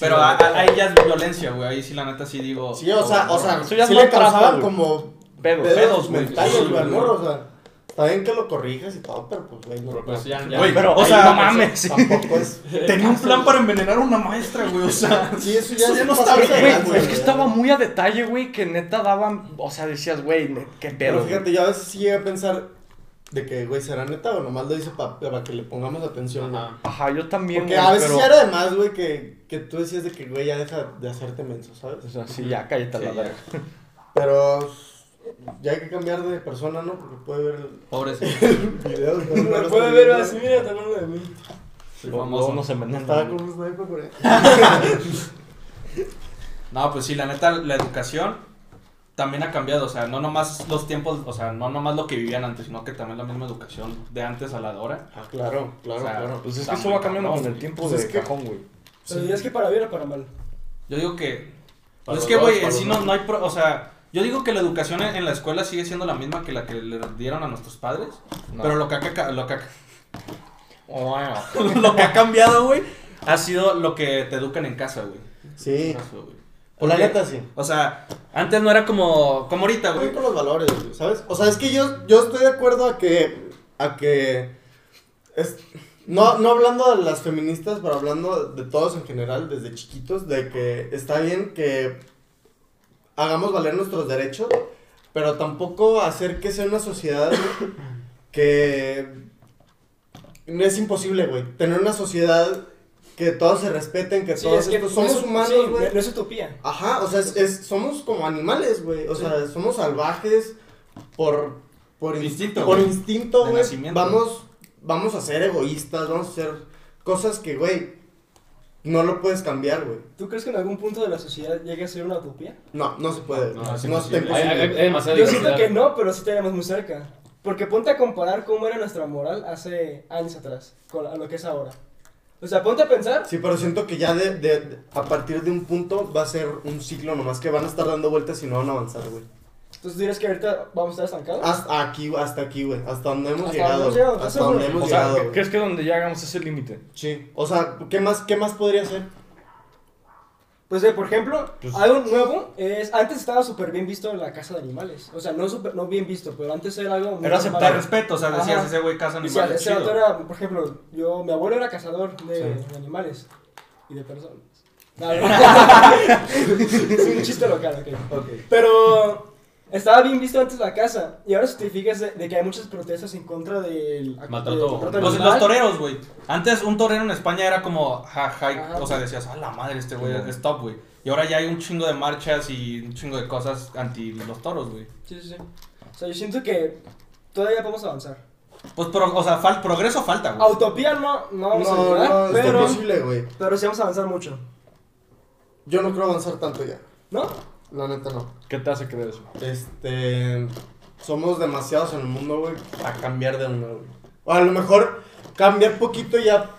S1: Pero a- a- ahí ya es violencia, güey. Ahí sí, la neta, sí digo.
S2: Sí, o sea, o sea,
S3: Eso ya
S2: sí
S3: es
S2: le
S3: maltrato,
S2: causaban
S3: güey.
S2: como
S3: Pedo.
S2: pedos,
S1: pedos, güey.
S5: Sí,
S2: mentales, güey, al
S5: güey.
S2: morro, o sea. Está bien que lo corrijas y todo, pero pues, güey, no.
S5: Pero pues ya- ya-
S1: Güey,
S3: Pero,
S1: o
S3: o
S1: sea,
S3: sea, no mames.
S2: Tampoco es...
S1: Tenía un plan para envenenar a una maestra, güey. O sea,
S2: Sí, eso ya es
S1: no está
S2: pasarse de
S1: bien,
S3: Güey,
S2: lanza,
S3: es que estaba muy a detalle, güey, que neta daban, o sea, decías, güey, ne- qué
S2: Pero
S3: pedo.
S2: fíjate, yo a veces sí llegué a pensar de que, güey, ¿será neta o nomás lo hice pa- para que le pongamos atención? güey?
S5: Ajá.
S3: Ajá, yo también,
S2: Porque
S3: güey,
S2: a veces
S3: pero-
S2: sí era de más, güey, que, que tú decías de que, güey, ya deja de hacerte menso, ¿sabes?
S3: O sea, sí, ya, cállate a la
S1: Sí,
S3: verga.
S2: Pero ya hay que cambiar de persona, ¿no? Porque puede ver el
S1: Pobre
S2: video. puede
S4: No
S2: los
S4: puede ver
S2: videos.
S4: así, mira, tan malo de mí.
S3: Luego luego nos
S2: Estaba
S3: envenenan.
S2: con un sniper por ahí.
S1: No, pues sí, la neta, la educación también ha cambiado. O sea, no nomás los tiempos, o sea, no nomás lo que vivían antes, sino que también la misma educación de antes a la de ahora.
S2: Ah, claro, claro,
S1: O sea,
S2: claro.
S3: Pues es
S1: Está
S3: que eso
S1: muy
S3: va cambiando
S1: cabrón,
S3: con
S1: güey.
S3: el tiempo
S2: Pues es
S3: de
S2: que-
S3: cajón, güey.
S4: Pero dirías que para bien o para mal.
S1: Yo digo que. pues
S5: Para
S1: es
S5: los
S1: que,
S5: dos,
S1: güey,
S5: para
S1: en
S5: los
S1: sí
S5: dos.
S1: no, no hay. pro- o sea, yo digo que la educación en en la escuela sigue siendo la misma que la que le dieron a nuestros padres.
S3: No.
S1: Pero lo que, ha, ca- lo, que ha-
S3: Oh, bueno.
S1: lo que ha cambiado, güey, ha sido lo que te educan en casa, güey.
S2: Sí, Pues
S1: Eso, güey.
S2: la
S1: Porque,
S2: neta sí.
S1: O sea, antes no era como, como ahorita,
S2: Voy
S1: güey.
S2: con los valores, güey, ¿sabes? O sea, es que yo, yo estoy de acuerdo a que. a que. es- no, no hablando de las feministas, pero hablando de todos en general, desde chiquitos, de que está bien que hagamos valer nuestros derechos, pero tampoco hacer que sea una sociedad güey, que es imposible, güey. Tener una sociedad que todos se respeten, que
S4: Sí,
S2: todos
S4: es que
S2: estos-
S4: no es-
S2: somos humanos,
S4: sí,
S2: güey.
S4: no- No es utopía.
S2: Ajá, o sea, es, es- somos como animales, güey. O sea, somos salvajes por, por in-
S1: Instinto,
S2: Por
S1: güey.
S2: instinto,
S1: De
S2: güey.
S1: nacimiento.
S2: Vamos, vamos a ser egoístas, vamos a hacer cosas que, güey, no lo puedes cambiar, güey.
S4: ¿Tú crees que en algún punto de la sociedad llegue a ser una utopía?
S2: No, no se puede.
S1: No,
S2: No,
S1: es
S2: no está
S1: imposible.
S5: Hay, hay- hay
S2: imposible.
S5: demasiada
S4: Yo siento
S5: diversidad.
S4: que no, pero sí tenemos muy cerca. Porque ponte a comparar cómo era nuestra moral hace años atrás con la- lo que es ahora. O sea, ponte a pensar.
S2: Sí, pero siento que ya de, de- de- a partir de un punto va a ser un ciclo nomás que van a estar dando vueltas y no van a avanzar, güey.
S4: Entonces pues dirías que ahorita vamos a estar estancados.
S2: Hasta aquí, hasta aquí, güey. Hasta donde hemos
S4: Hasta
S2: llegado.
S4: donde hemos llegado,
S2: hasta
S4: ¿estás
S2: donde
S4: seguro?
S2: hemos
S3: O sea,
S2: llegado.
S3: ¿cre-
S2: güey.
S3: ¿crees que donde ya hagamos ese límite?
S2: Sí. O sea, ¿qué más, qué más podría ser?
S4: Pues ve, por ejemplo,
S3: Pues-
S4: algo nuevo es. Antes estaba súper bien visto la casa de animales. O sea, no, súper- no bien visto, pero antes era algo. muy
S1: Era aceptar
S4: normal.
S1: respeto, o sea, decías,
S4: Ajá.
S1: ese güey caza
S4: O sea,
S1: animales.
S4: ese vato
S1: chido.
S4: era, por ejemplo, yo, mi abuelo era cazador de,
S2: Sí.
S4: de animales y de personas. No, no. es un chiste local, ok.
S2: Ok.
S4: Pero estaba bien visto antes la casa y ahora si te fijas de, de que hay muchas protestas en contra del
S5: Maltrato.
S4: del maltrato
S1: Los,
S4: animal.
S1: los toreros, güey. Antes un torero en España era como, ja, ja, y-
S4: Ajá.
S1: o sea, decías, a la madre este güey, stop, güey. Y ahora ya hay un chingo de marchas y un chingo de cosas anti los toros, güey.
S4: Sí, sí, sí. O sea, yo siento que todavía podemos avanzar.
S1: Pues, pro- o sea, fal- progreso falta,
S4: A
S1: güey.
S4: utopía no, no vamos a
S2: No,
S4: llegar,
S2: no, está
S4: pero,
S2: imposible, güey.
S4: pero sí vamos a avanzar mucho.
S2: Yo no creo avanzar tanto ya.
S4: ¿No?
S2: La neta no.
S3: ¿Qué te hace creer eso?
S2: Este. somos demasiados en el mundo, güey, para cambiar de uno, güey. O a lo mejor cambiar poquito ya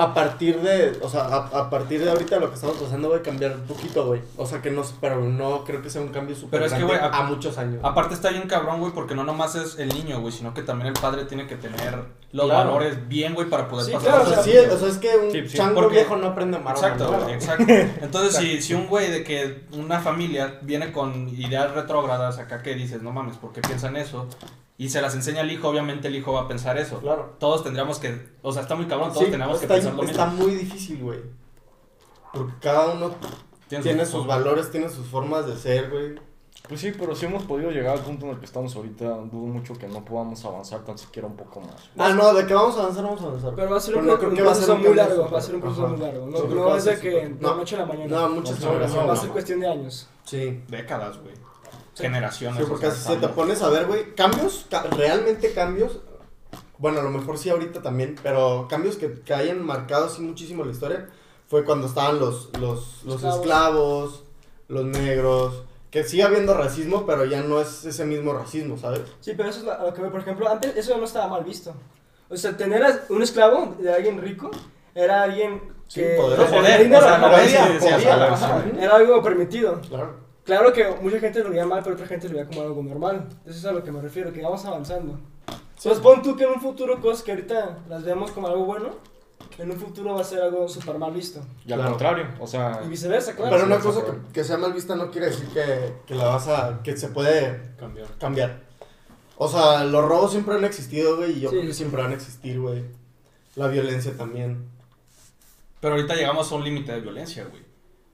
S2: a partir de, o sea, a, a partir de ahorita lo que estamos pasando, güey, cambiar un poquito, güey. O sea, que no, pero no creo que sea un cambio súper
S1: Pero es que,
S2: grande
S1: güey, a-
S2: a, muchos años.
S1: Aparte está bien cabrón, güey, porque no nomás es el niño, güey, sino que también el padre tiene que tener los
S3: Claro.
S1: valores bien, güey, para poder
S4: Sí,
S1: pasar
S2: Claro,
S1: a
S2: o sea,
S1: los
S2: sí,
S1: niños.
S2: o sea, es que un
S3: Sí, sí,
S2: chango
S1: porque-
S2: viejo no aprende a amar.
S1: Exacto,
S2: güey,
S1: güey,
S2: ¿no?
S1: exacto. Entonces, si, si un güey de que una familia viene con ideas retrógradas acá que dices, no mames, ¿por qué piensan eso? Y se las enseña al hijo, obviamente el hijo va a pensar eso.
S2: Claro.
S1: Todos tendríamos que, o sea, está muy cabrón, todos
S2: Sí,
S1: tenemos que
S2: está,
S1: pensar lo
S2: está
S1: mismo.
S2: muy difícil, güey. Porque cada uno
S1: Tiene
S2: tiene
S1: sus-
S2: sus valores, tiene sus formas de ser, güey.
S3: Pues sí, pero si hemos podido llegar al punto en el que estamos ahorita, dudo mucho que no podamos avanzar tan siquiera un poco más.
S2: Ah, no, de que vamos a avanzar, vamos a avanzar.
S4: Pero va a ser un,
S2: Pero no
S4: pro-
S2: creo
S4: un
S2: que va a
S4: proceso
S2: ser un
S4: muy
S2: cambio
S4: largo,
S2: súper-
S4: va a ser un proceso
S2: Ajá.
S4: muy largo.
S2: Sí,
S4: No,
S2: creo
S4: no
S2: que va
S4: es
S2: a
S4: de
S2: ser
S4: que
S2: súper-
S4: de
S2: no.
S4: la noche a la mañana.
S2: No, muchas
S3: No,
S2: horas.
S3: no,
S4: va a
S2: no.
S4: ser cuestión de años.
S2: Sí.
S1: Décadas, güey.
S4: Sí.
S1: Generaciones.
S2: Sí,
S1: o
S2: porque
S1: sea,
S2: si se te
S1: estamos-
S2: pones a ver, güey, cambios, ca- realmente cambios, bueno, a lo mejor sí ahorita también, pero cambios que, que hayan marcado así muchísimo la historia, fue cuando estaban los, los, los
S4: Esclavos.
S2: esclavos. los negros, que sigue habiendo racismo, pero ya no es ese mismo racismo, ¿sabes?
S4: Sí, pero eso es la- a lo que veo. Por ejemplo, antes eso no estaba mal visto. O sea, tener a un esclavo de alguien rico era alguien
S2: Sí,
S4: que.
S2: poder.
S4: era-
S1: Poder,
S4: era dinero,
S1: o sea,
S4: ajá,
S1: no ves,
S4: podía,
S1: sí, decías,
S4: podía,
S1: a ver,
S4: ajá,
S2: sí.
S4: Era algo permitido.
S2: Claro.
S4: Claro que mucha gente lo veía mal, pero otra gente lo veía como algo normal. Eso es a lo que me refiero, que vamos avanzando. Entonces pon tú que en un futuro cosas que ahorita las vemos como algo bueno, en un futuro va a ser algo súper mal visto.
S3: Y al
S2: Claro.
S3: contrario, o sea,
S4: Y viceversa, claro.
S2: Pero una
S3: sí,
S2: cosa
S3: sí.
S2: que, que sea mal vista no quiere decir que, que la vas a, que se puede
S5: Cambiar.
S2: cambiar. O sea, los robos siempre han existido, güey, y yo
S4: Sí,
S2: creo que
S4: sí.
S2: siempre van a existir, güey. La violencia también.
S1: Pero ahorita llegamos a un límite de violencia, güey.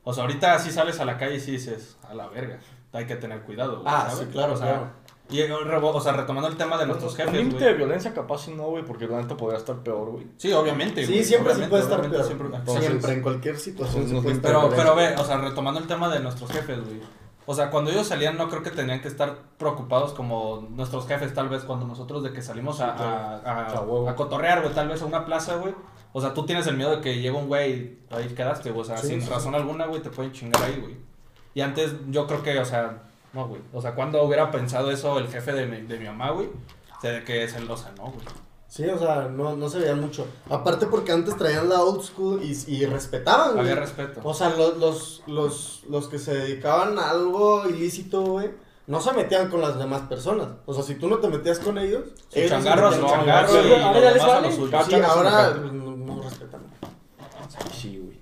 S1: O sea, ahorita si sales a la calle y sí dices, a la verga, hay que tener cuidado, güey.
S2: Ah,
S1: ¿sabes?
S2: sí, claro,
S1: o sea,
S2: claro.
S1: y, eh, rebo- o sea, retomando el tema de nuestros
S3: un
S1: jefes,
S3: límite de
S1: güey.
S3: violencia capaz si no, güey, porque la neta podría estar peor, güey.
S1: Sí, obviamente,
S2: Sí,
S1: güey,
S2: siempre se
S1: obviamente,
S2: puede estar
S1: obviamente,
S2: peor.
S1: siempre-
S2: Siempre,
S3: Entonces-
S2: en cualquier situación se
S3: Entonces,
S2: puede estar
S1: Pero, pero
S2: peor.
S1: ve, o sea, retomando el tema de nuestros jefes, güey. O sea, cuando ellos salían, no creo que tenían que estar preocupados como nuestros jefes, tal vez, cuando nosotros de que salimos a, a- a-
S3: O sea, huevo.
S1: a cotorrear, güey, tal vez a una plaza, güey. O sea, tú tienes el miedo de que llegue un güey y ahí quedaste, güey. O sea,
S2: Sí,
S1: sin
S2: sí,
S1: razón alguna, güey, te pueden chingar ahí, güey. Y antes, yo creo que, o sea, no, güey. O sea, cuando hubiera pensado eso el jefe de mi, de mi mamá, güey, o sea, de que es el, o sea, no, güey.
S2: Sí, o sea, no, no se veía mucho. Aparte porque antes traían la old school y, y respetaban, güey.
S1: Había respeto.
S2: O sea, los, los, los, los que se dedicaban a algo ilícito, güey, no se metían con las demás personas. O sea, si tú no te metías con ellos...
S1: Sus
S2: ellos no se
S1: changarros,
S2: metían
S1: sus
S2: con los
S1: changarros
S2: demás.
S4: Ahora
S1: y
S4: ya les
S1: los demás a
S4: vale.
S1: los suyos.
S2: Sí, ahora pues, no, no respetan.
S3: Sí, güey.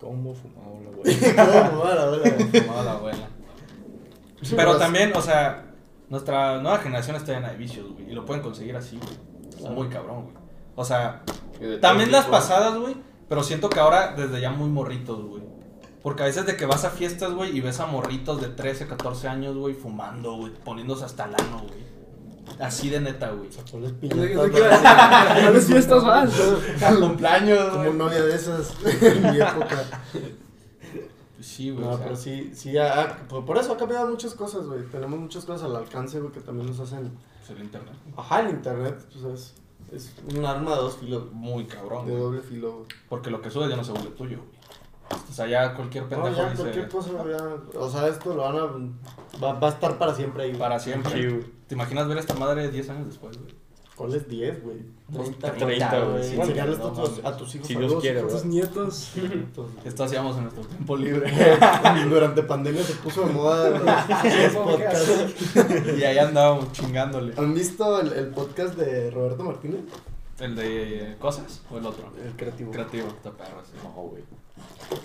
S3: ¿Cómo fumaba la
S2: No,
S3: güey?
S2: no, a la verga.
S1: Fumaba la abuela.
S2: pues.
S1: Pero también, o sea, nuestra nueva generación está llena de vicios, güey. Y lo pueden conseguir así, güey. Está Muy cabrón, güey. O sea,
S5: Y de
S1: también
S5: todo
S1: las
S5: tipo. ¿eh?
S1: pasadas, güey. Pero siento que ahora desde ya muy morritos, güey. Porque a veces de que vas a fiestas, güey, y ves a morritos de 13, 14 años, güey, fumando, güey, poniéndose hasta el ano, güey. Así de neta, güey.
S2: Ponles
S4: Es
S2: piñatas,
S4: lo que iba a decir. A las fiestas más.
S1: Al cumpleaños,
S2: Como novia de esas en mi época.
S1: Sí, güey.
S2: No,
S1: o sea,
S2: pero sí, sí, ha- ha- por por eso ha cambiado muchas cosas, güey. Tenemos muchas cosas al alcance, güey, que también nos hacen.
S1: pues el internet.
S2: Ajá, el internet, pues es, es un arma de dos filos,
S1: Muy cabrón,
S2: de
S1: güey.
S2: doble filo. güey.
S1: Porque lo que sube ya no se vuelve tuyo, güey. O sea, ya cualquier
S2: No,
S1: pendejo
S2: ya
S1: dice
S2: cualquier cosa, ya, o sea, esto lo van a, va, va a estar para siempre ahí.
S1: para siempre.
S3: Sí, güey.
S1: ¿Te imaginas ver a esta madre 10 años después, güey?
S2: ¿Cuáles 10, güey?
S3: Dos,
S2: 30,
S3: treinta, güey.
S2: Sí,
S3: Bueno,
S2: enseñarles
S3: no
S2: a, tus-
S3: mames.
S2: a tus hijos.
S3: Si
S2: a
S3: Dios
S2: los
S3: quiere,
S2: hijos,
S4: Tus nietos.
S1: Esto hacíamos en nuestro tiempo libre.
S2: Durante pandemia se puso de moda los, los podcasts.
S1: y ahí andábamos chingándole.
S2: ¿Han visto el, el podcast de Roberto Martínez?
S1: ¿El de cosas o el otro?
S2: El creativo.
S1: Creativo, está perro, sí.
S3: No, güey.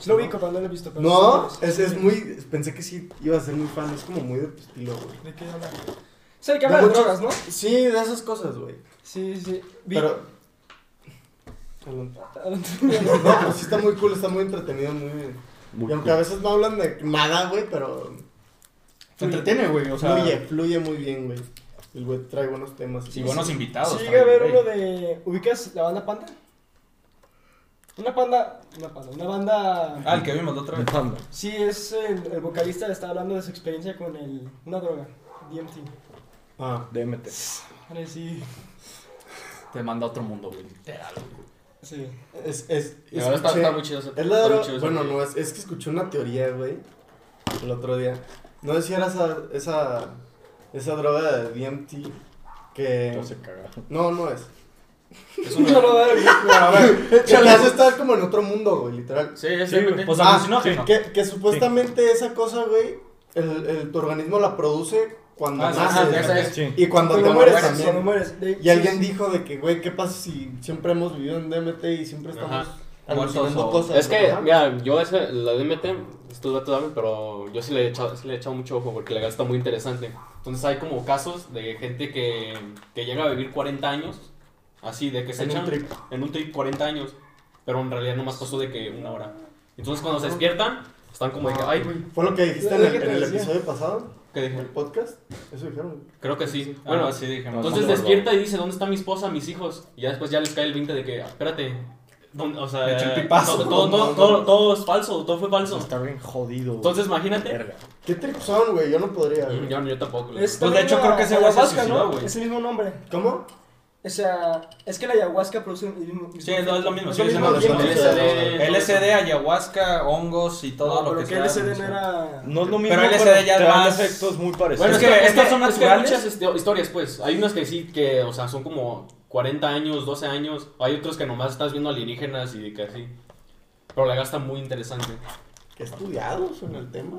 S4: Lo ubico, pero no lo he visto. pero
S2: No,
S4: sí lo
S2: es, es muy. Pensé que sí iba a ser muy fan, es como muy de tu estilo, güey.
S4: ubico. ¿De qué habla? Es el que habla
S2: De
S4: de
S2: muchos-
S4: drogas, ¿no?
S2: Sí, de esas cosas, güey.
S4: Sí, sí. Vi-
S2: Pero. No, pero sí está muy cool, está muy entretenido, muy bien.
S3: Muy
S2: y aunque a veces no hablan de nada, güey, pero.
S1: Se entretiene, güey, o sea.
S2: fluye, fluye muy bien, güey. El güey trae buenos temas.
S1: Sí, buenos invitados.
S4: Sí, llega
S1: también,
S4: a haber
S1: güey.
S4: uno de. ¿Ubicas la banda Panda? Una panda. Una panda. Una banda.
S1: Ah, el que vimos la otra vez.
S3: Panda.
S4: Sí, es el, el vocalista está hablando de su experiencia con el, una droga, DMT.
S2: Ah,
S3: DMT.
S4: Vale, sí.
S1: Te manda a otro mundo, güey. Literal, güey.
S4: Sí.
S2: es. es
S5: Y ahora está,
S2: escuché-
S5: está muy chido ese
S2: Es la
S5: está muy
S2: droga-
S5: chido ese
S2: Bueno,
S5: rollo.
S2: no, es, es que escuché una teoría, güey, el otro día, No sé si era esa, esa, esa droga de DMT que...
S3: se caga.
S2: No, no es.
S5: Es
S4: No lo
S5: una...
S4: va a dar bien.
S2: Pero a ver, que te hace estar como en otro mundo, güey, literal.
S5: Sí, ya
S1: Sí,
S5: sé.
S1: güey,
S5: güey.
S1: pues,
S2: Ah,
S1: alucinógeno.
S2: Que, que supuestamente esa cosa, güey, el, el- tu organismo la produce cuando
S5: Ah, sí,
S2: naces.
S5: sí, ya sabes.
S3: Sí.
S2: Y cuando te
S4: Cuando
S2: mueres
S4: mueres,
S2: también.
S4: cuando mueres. De-
S2: Y alguien
S4: sí,
S2: dijo de que, güey, ¿qué pasa si siempre hemos vivido en DMT y siempre estamos
S5: Ajá.
S2: alucinando
S1: Muertos o-
S2: cosas?
S5: Es que,
S2: Ajá.
S5: mira, yo esa, la DMT, estos datos daban, pero yo sí le, he echado, sí le he echado mucho ojo porque la verdad está muy interesante. Entonces hay como casos de gente que, que llega a vivir 40 años, así, de que se
S2: En un
S5: echan
S2: trip.
S5: en un trip 40 años, pero en realidad nomás pasó de que una hora. Entonces cuando se despiertan, están como de que, ay, güey,
S2: Fue lo que dijiste en
S4: Lo
S2: el,
S4: que te
S2: en el
S4: decía.
S2: episodio pasado,
S5: ¿qué
S2: en el
S5: dije?
S2: podcast. Eso dijeron.
S5: Creo que sí. Bueno,
S1: sí, dije. Ah. no,
S5: Entonces
S1: no, no.
S5: despierta y dice, ¿dónde está mi esposa, mis hijos? Y ya después ya les cae el 20 de que, espérate, ¿dónde- o sea,
S1: Me eché el pipazo.
S5: todo, todo, todo, todo, todo es falso, todo fue falso.
S3: Está bien jodido. güey.
S5: Entonces imagínate.
S3: Verga.
S2: ¿Qué trip son, güey? Yo no podría. güey.
S5: Mm, Yo, yo tampoco. güey.
S4: Es
S1: Pues, de hecho,
S4: también
S1: creo
S4: la
S1: que ese güey se
S4: ayahuasca,
S1: suicidó,
S4: ¿no?
S1: güey.
S4: Es el mismo nombre.
S2: ¿Cómo?
S4: O sea, es que la ayahuasca produce el mismo.
S1: Sí, es lo- es lo mismo,
S4: Es
S1: sí,
S4: lo
S1: es
S4: mismo.
S2: lo mismo.
S4: bien.
S5: LSD.
S1: LSD, ayahuasca, hongos y
S4: No,
S1: todo lo
S4: pero
S1: que
S4: que
S1: sea.
S4: LSD no era.
S3: No es lo mismo.
S1: Pero LSD ya es
S3: te dan
S1: más-
S3: efectos muy parecidos.
S5: Bueno,
S1: Es
S5: es
S1: que
S5: que,
S1: estas
S5: es que-
S1: son
S5: es que hay
S1: naturales.
S5: muchas este, historias, pues. Hay unas que sí, que, o sea, son como 40 años, 12 años. Hay otros que nomás estás viendo alienígenas y que así. Pero la gasta muy interesante.
S2: ¿Qué estudiados en el tema?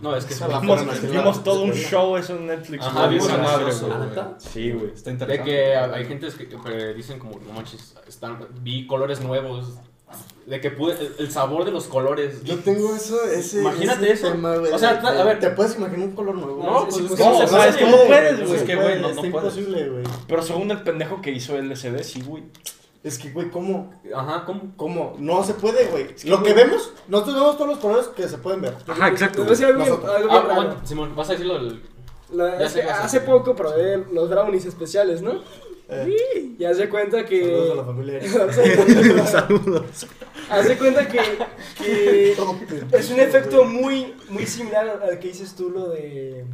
S5: No, es que
S2: Esa la
S5: muy
S2: forma
S3: Vimos,
S2: que-
S3: vimos todo un show eso en Netflix.
S5: Ajá,
S3: güey,
S5: vimos
S3: esa
S5: un
S3: madre,
S5: show.
S3: güey.
S5: Ah, ¿neta?
S3: Sí, güey.
S1: Está
S5: De
S1: interesante.
S5: que hay gente que, que dicen como, no manches, están, vi colores nuevos. De que pude, el- el sabor de los colores.
S2: Yo tengo eso, ese,
S5: Imagínate
S2: ese
S5: eso.
S2: tema, güey.
S5: O sea,
S2: de
S5: a
S2: que
S5: ver.
S2: ¿Te puedes imaginar un color nuevo?
S5: No,
S2: Sí, sí,
S5: pues, es
S2: sí,
S5: que
S2: sí,
S5: no se
S2: sí,
S5: puede,
S2: sí,
S5: es
S2: sí,
S5: que
S3: no
S2: sí,
S3: puedes,
S2: sí,
S3: güey.
S2: sí,
S1: Es que,
S2: puede,
S1: güey, no- no
S2: está
S1: puedes.
S2: imposible, güey.
S3: Pero según el pendejo que hizo LSD, sí, güey.
S2: Es que, güey, ¿cómo?
S5: Ajá, ¿cómo?
S2: ¿Cómo? No se puede, güey. Lo que vemos, nosotros vemos todos los colores que se pueden ver.
S3: Ajá,
S4: Te voy a decir algo bien-
S2: Nosotros.
S4: algo
S5: Ah,
S4: bien raro.
S5: aguanta, Simón, vas a decirlo del.
S4: La-
S5: Ya
S4: es
S5: sé
S4: que
S5: qué vas a
S4: hace
S5: hacer.
S4: poco probé los brownies especiales, ¿no?
S2: Eh,
S4: Y hace cuenta
S2: saludos a
S4: que.
S2: la familia.
S4: hace cuenta que, que es un efecto
S2: güey.
S4: muy, muy similar al que dices tú, lo de.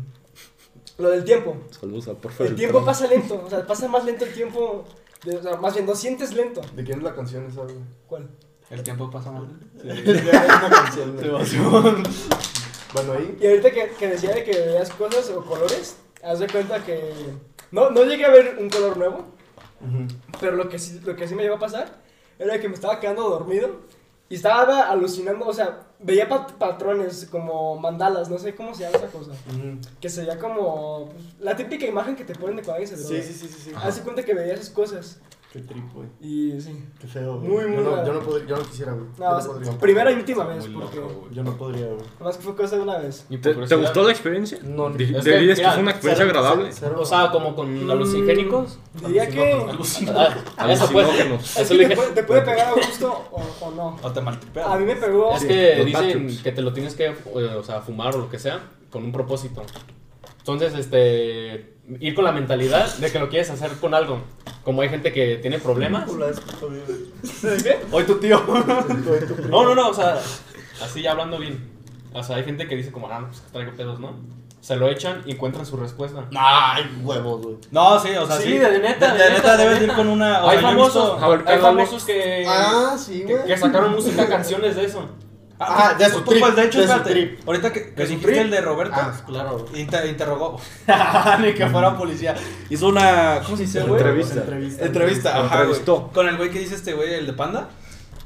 S4: Lo del tiempo.
S3: Saludos a porfa.
S4: El tiempo pasa lento, o sea, pasa más lento el tiempo. de- o sea, más bien, lo sientes lento.
S2: ¿De quién es la canción esa, güey?
S4: ¿Cuál?
S5: El tiempo pasa mal.
S2: una canción, güey. Bueno, ahí.
S4: Y ahorita que, que decía de que veías cosas o colores, haz de cuenta que. No, no llegué a ver un color nuevo, pero lo que, sí, lo que sí me llegó a pasar era que me estaba quedando dormido y estaba alucinando, o sea, veía pat- patrones como mandalas, no sé cómo se llama esa cosa.
S2: Ujú.
S4: Que sería como pues, la típica imagen que te ponen de cuando alguien se droga.
S2: Sí, sí, sí, sí, sí.
S4: Haz de cuenta que veía esas cosas
S2: Qué trip, güey.
S4: y sí.
S2: Qué feo,
S4: Muy,
S2: güey. Yo
S4: muy
S2: no,
S4: raro.
S2: yo no podría, yo no quisiera, güey. Yo
S4: No,
S2: no
S4: o sea,
S2: podría.
S4: primera y última vez,
S5: Muy
S4: porque
S5: loco, güey.
S2: Yo no podría, güey.
S4: nomás que fue cosa de una vez.
S5: Y por
S6: ¿Te, te
S5: curiosidad-
S6: gustó la experiencia?
S2: No,
S6: Di-
S5: Es que,
S6: ¿Dirías que
S5: mira,
S6: fue una experiencia agradable?
S2: Cero.
S5: O sea, como
S4: Mm.
S5: con alucinogénicos.
S4: Diría que.
S5: Ah, eso fue.
S6: Alucinógenos.
S4: Es
S5: Eso
S4: que
S5: le
S4: te,
S5: dije.
S4: puede, te puede pegar a gusto o, o no.
S1: O te
S4: A
S1: maltripeas.
S4: mí me pegó.
S5: Es que
S6: los
S5: dicen
S6: bathrooms.
S5: que te lo tienes que, eh, o sea, fumar o lo que sea, con un propósito. Entonces, este, ir con la mentalidad de que lo quieres hacer con algo. Como hay gente que tiene problemas.
S4: ¿Qué?
S1: Hoy tu tío.
S5: No, no, no, o sea, así ya hablando bien. O sea, hay gente que dice como, ah, no, pues traigo pedos, ¿no? Se lo echan y encuentran su respuesta.
S2: Ay, huevos, güey.
S1: No, sí, o sea, sí.
S5: Sí, de neta,
S1: De,
S5: de
S1: neta
S5: neta,
S1: debes
S5: de
S1: ir
S5: neta.
S1: con una. o
S5: hay
S1: sea, yo he
S5: famosos,
S1: visto-
S6: A ver,
S5: hay
S6: dale.
S5: famosos que,
S2: Ah, sí,
S5: que,
S2: güey.
S5: que sacaron música, canciones de eso.
S1: Ah,
S2: Ah, de su
S1: pues,
S2: trip,
S1: Pues de hecho,
S2: de su
S1: espérate.
S2: trip.
S1: Ahorita que, que
S2: su
S1: dijiste
S2: trip.
S1: el de Roberto.
S2: Ah, claro.
S1: inter- interrogó. Ni que fuera policía. Hizo una. ¿Cómo se dice, güey?
S6: Entrevista.
S2: Entrevista.
S1: Entrevista, ajá, güey.
S6: Entrevistó.
S1: Con el güey que dice este güey, el de Panda.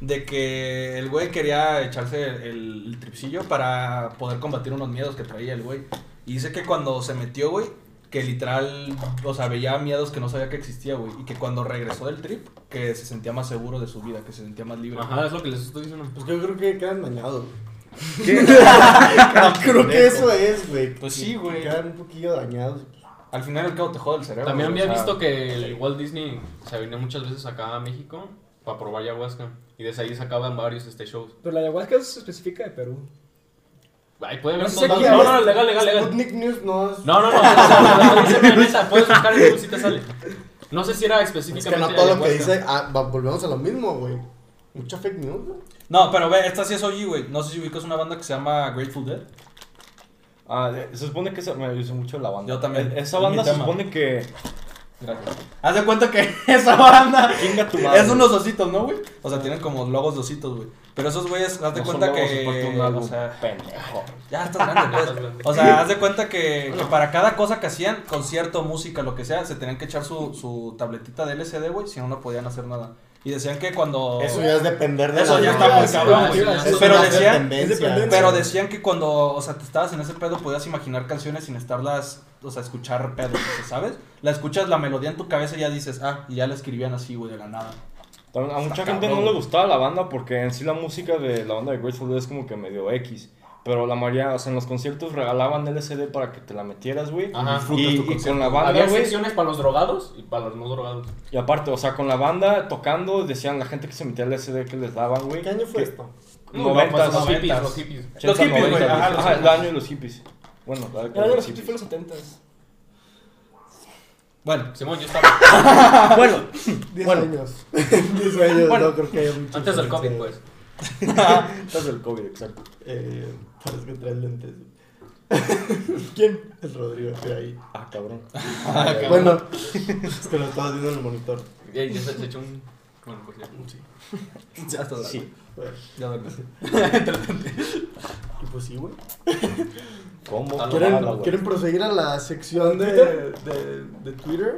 S1: De que el güey quería echarse el, el tripsillo para poder combatir unos miedos que traía el güey. Y dice que cuando se metió, güey, que literal, o sea, veía miedos que no sabía que existía, güey. Y que cuando regresó del trip, que se sentía más seguro de su vida, que se sentía más libre.
S5: Ajá, Ah, es lo que les estoy diciendo.
S2: Pues yo creo que quedan dañados. güey.
S6: ¿Qué?
S2: Creo que eso es, güey.
S1: Pues sí, güey.
S2: Quedan un poquillo dañados.
S1: Al final el cabo te jode el cerebro.
S5: También
S1: güey,
S5: había
S1: o sea,
S5: visto que el Walt Disney se venía muchas veces acá a México para probar ayahuasca. Y desde ahí sacaban varios este shows.
S4: Pero la ayahuasca se especifica de Perú.
S5: Ahí puede
S4: No
S5: ver
S4: sé
S5: todo.
S4: si aquí
S5: No, no,
S4: hablas-
S5: no, legal, legal, legal.
S2: Sputnik News no es.
S5: No, no, no. o sea, no, dice una neta, Puedes buscar en Google si te sale. No sé si era
S2: Es que
S5: específicamente.
S2: no todo lo que
S5: ayahuasca.
S2: dice. ah, va- volvemos a lo mismo, güey. Mucha fake news, güey.
S1: No, pero ve, esta sí es OG, güey. No sé si ubicas una banda que se llama Grateful Dead.
S3: Ah, se supone que se me gustó mucho la banda.
S1: Yo también.
S3: E- Esa
S1: Es mi
S3: banda se
S1: tema.
S3: supone que Gracias.
S1: Haz de cuenta que esa banda
S3: Chinga tu madre.
S1: Eh, es unos ositos, ¿no, güey? O sea, tienen como logos de ositos, güey. Pero esos güeyes, haz de
S3: No son
S1: cuenta
S3: lobos,
S1: que.
S3: aparte un
S1: o
S3: álbum,
S1: sea,
S3: pendejo.
S1: ya estás grande, pues. O sea, haz de cuenta que, que para cada cosa que hacían, concierto, música, lo que sea, se tenían que echar su, su tabletita de LCD, güey, si no, no podían hacer nada. Y decían que cuando.
S2: Eso ya es depender de
S1: Eso
S2: las
S1: ya está
S2: drogas,
S1: muy cabrón,
S2: güey.
S5: güey.
S2: Eso
S1: Pero
S2: ya es
S1: decía-
S2: dependencia.
S4: es dependencia.
S1: Pero decían que cuando, o sea, te estabas en ese pedo, podías imaginar canciones sin estarlas, o sea, escuchar pedos, o sea, ¿sabes? La escuchas la melodía en tu cabeza y ya dices, ah, y ya la escribían así, güey, de la nada.
S3: También a mucha
S1: Está
S3: gente
S1: cabrón.
S3: no le gustaba la banda porque en sí la música de la banda de Grateful Dead es como que medio X. Pero la mayoría, o sea, en los conciertos regalaban LCD para que te la metieras, güey.
S5: Ajá.
S1: Disfrutas
S3: Y,
S1: tu
S3: y
S1: concierto.
S3: con la banda,
S5: Había
S3: güey.
S5: secciones para los drogados y para los no drogados.
S3: Y aparte, o sea, con la banda tocando, decían la gente que se metía el LCD que les daban, güey.
S2: ¿Qué año fue esto?
S3: Noventas,
S5: pues, los hippies,
S1: noventas.
S5: los hippies.
S1: Los hippies, güey, ajá, los
S3: Ajá, el
S1: hippies.
S3: año de los hippies. Bueno, la
S4: El
S3: década
S4: año
S3: de
S4: de
S3: los
S4: los hippies fue
S3: hippies.
S4: los 70s.
S1: Bueno,
S5: Simón, yo estaba
S3: Bueno,
S2: 10
S3: Bueno.
S2: años. 10 años,
S3: Bueno.
S2: no creo que haya mucho.
S5: antes del COVID, pues.
S3: estás del COVID, exacto.
S2: Eh, parece que trae lentes.
S3: ¿Quién?
S2: El Rodrigo, estoy ahí.
S3: Ah, cabrón.
S2: Bueno, es que lo estabas viendo en el monitor.
S5: Ey, ya se, se echó un. Bueno, pues ya.
S1: ya está.
S3: Sí.
S2: Bueno,
S1: Ya duerme.
S2: y pues sí, güey.
S3: ¿Cómo?
S5: Ah, no,
S3: Mala,
S2: ¿Quieren,
S3: güey.
S2: ¿Quieren proseguir a la sección de, de, de Twitter?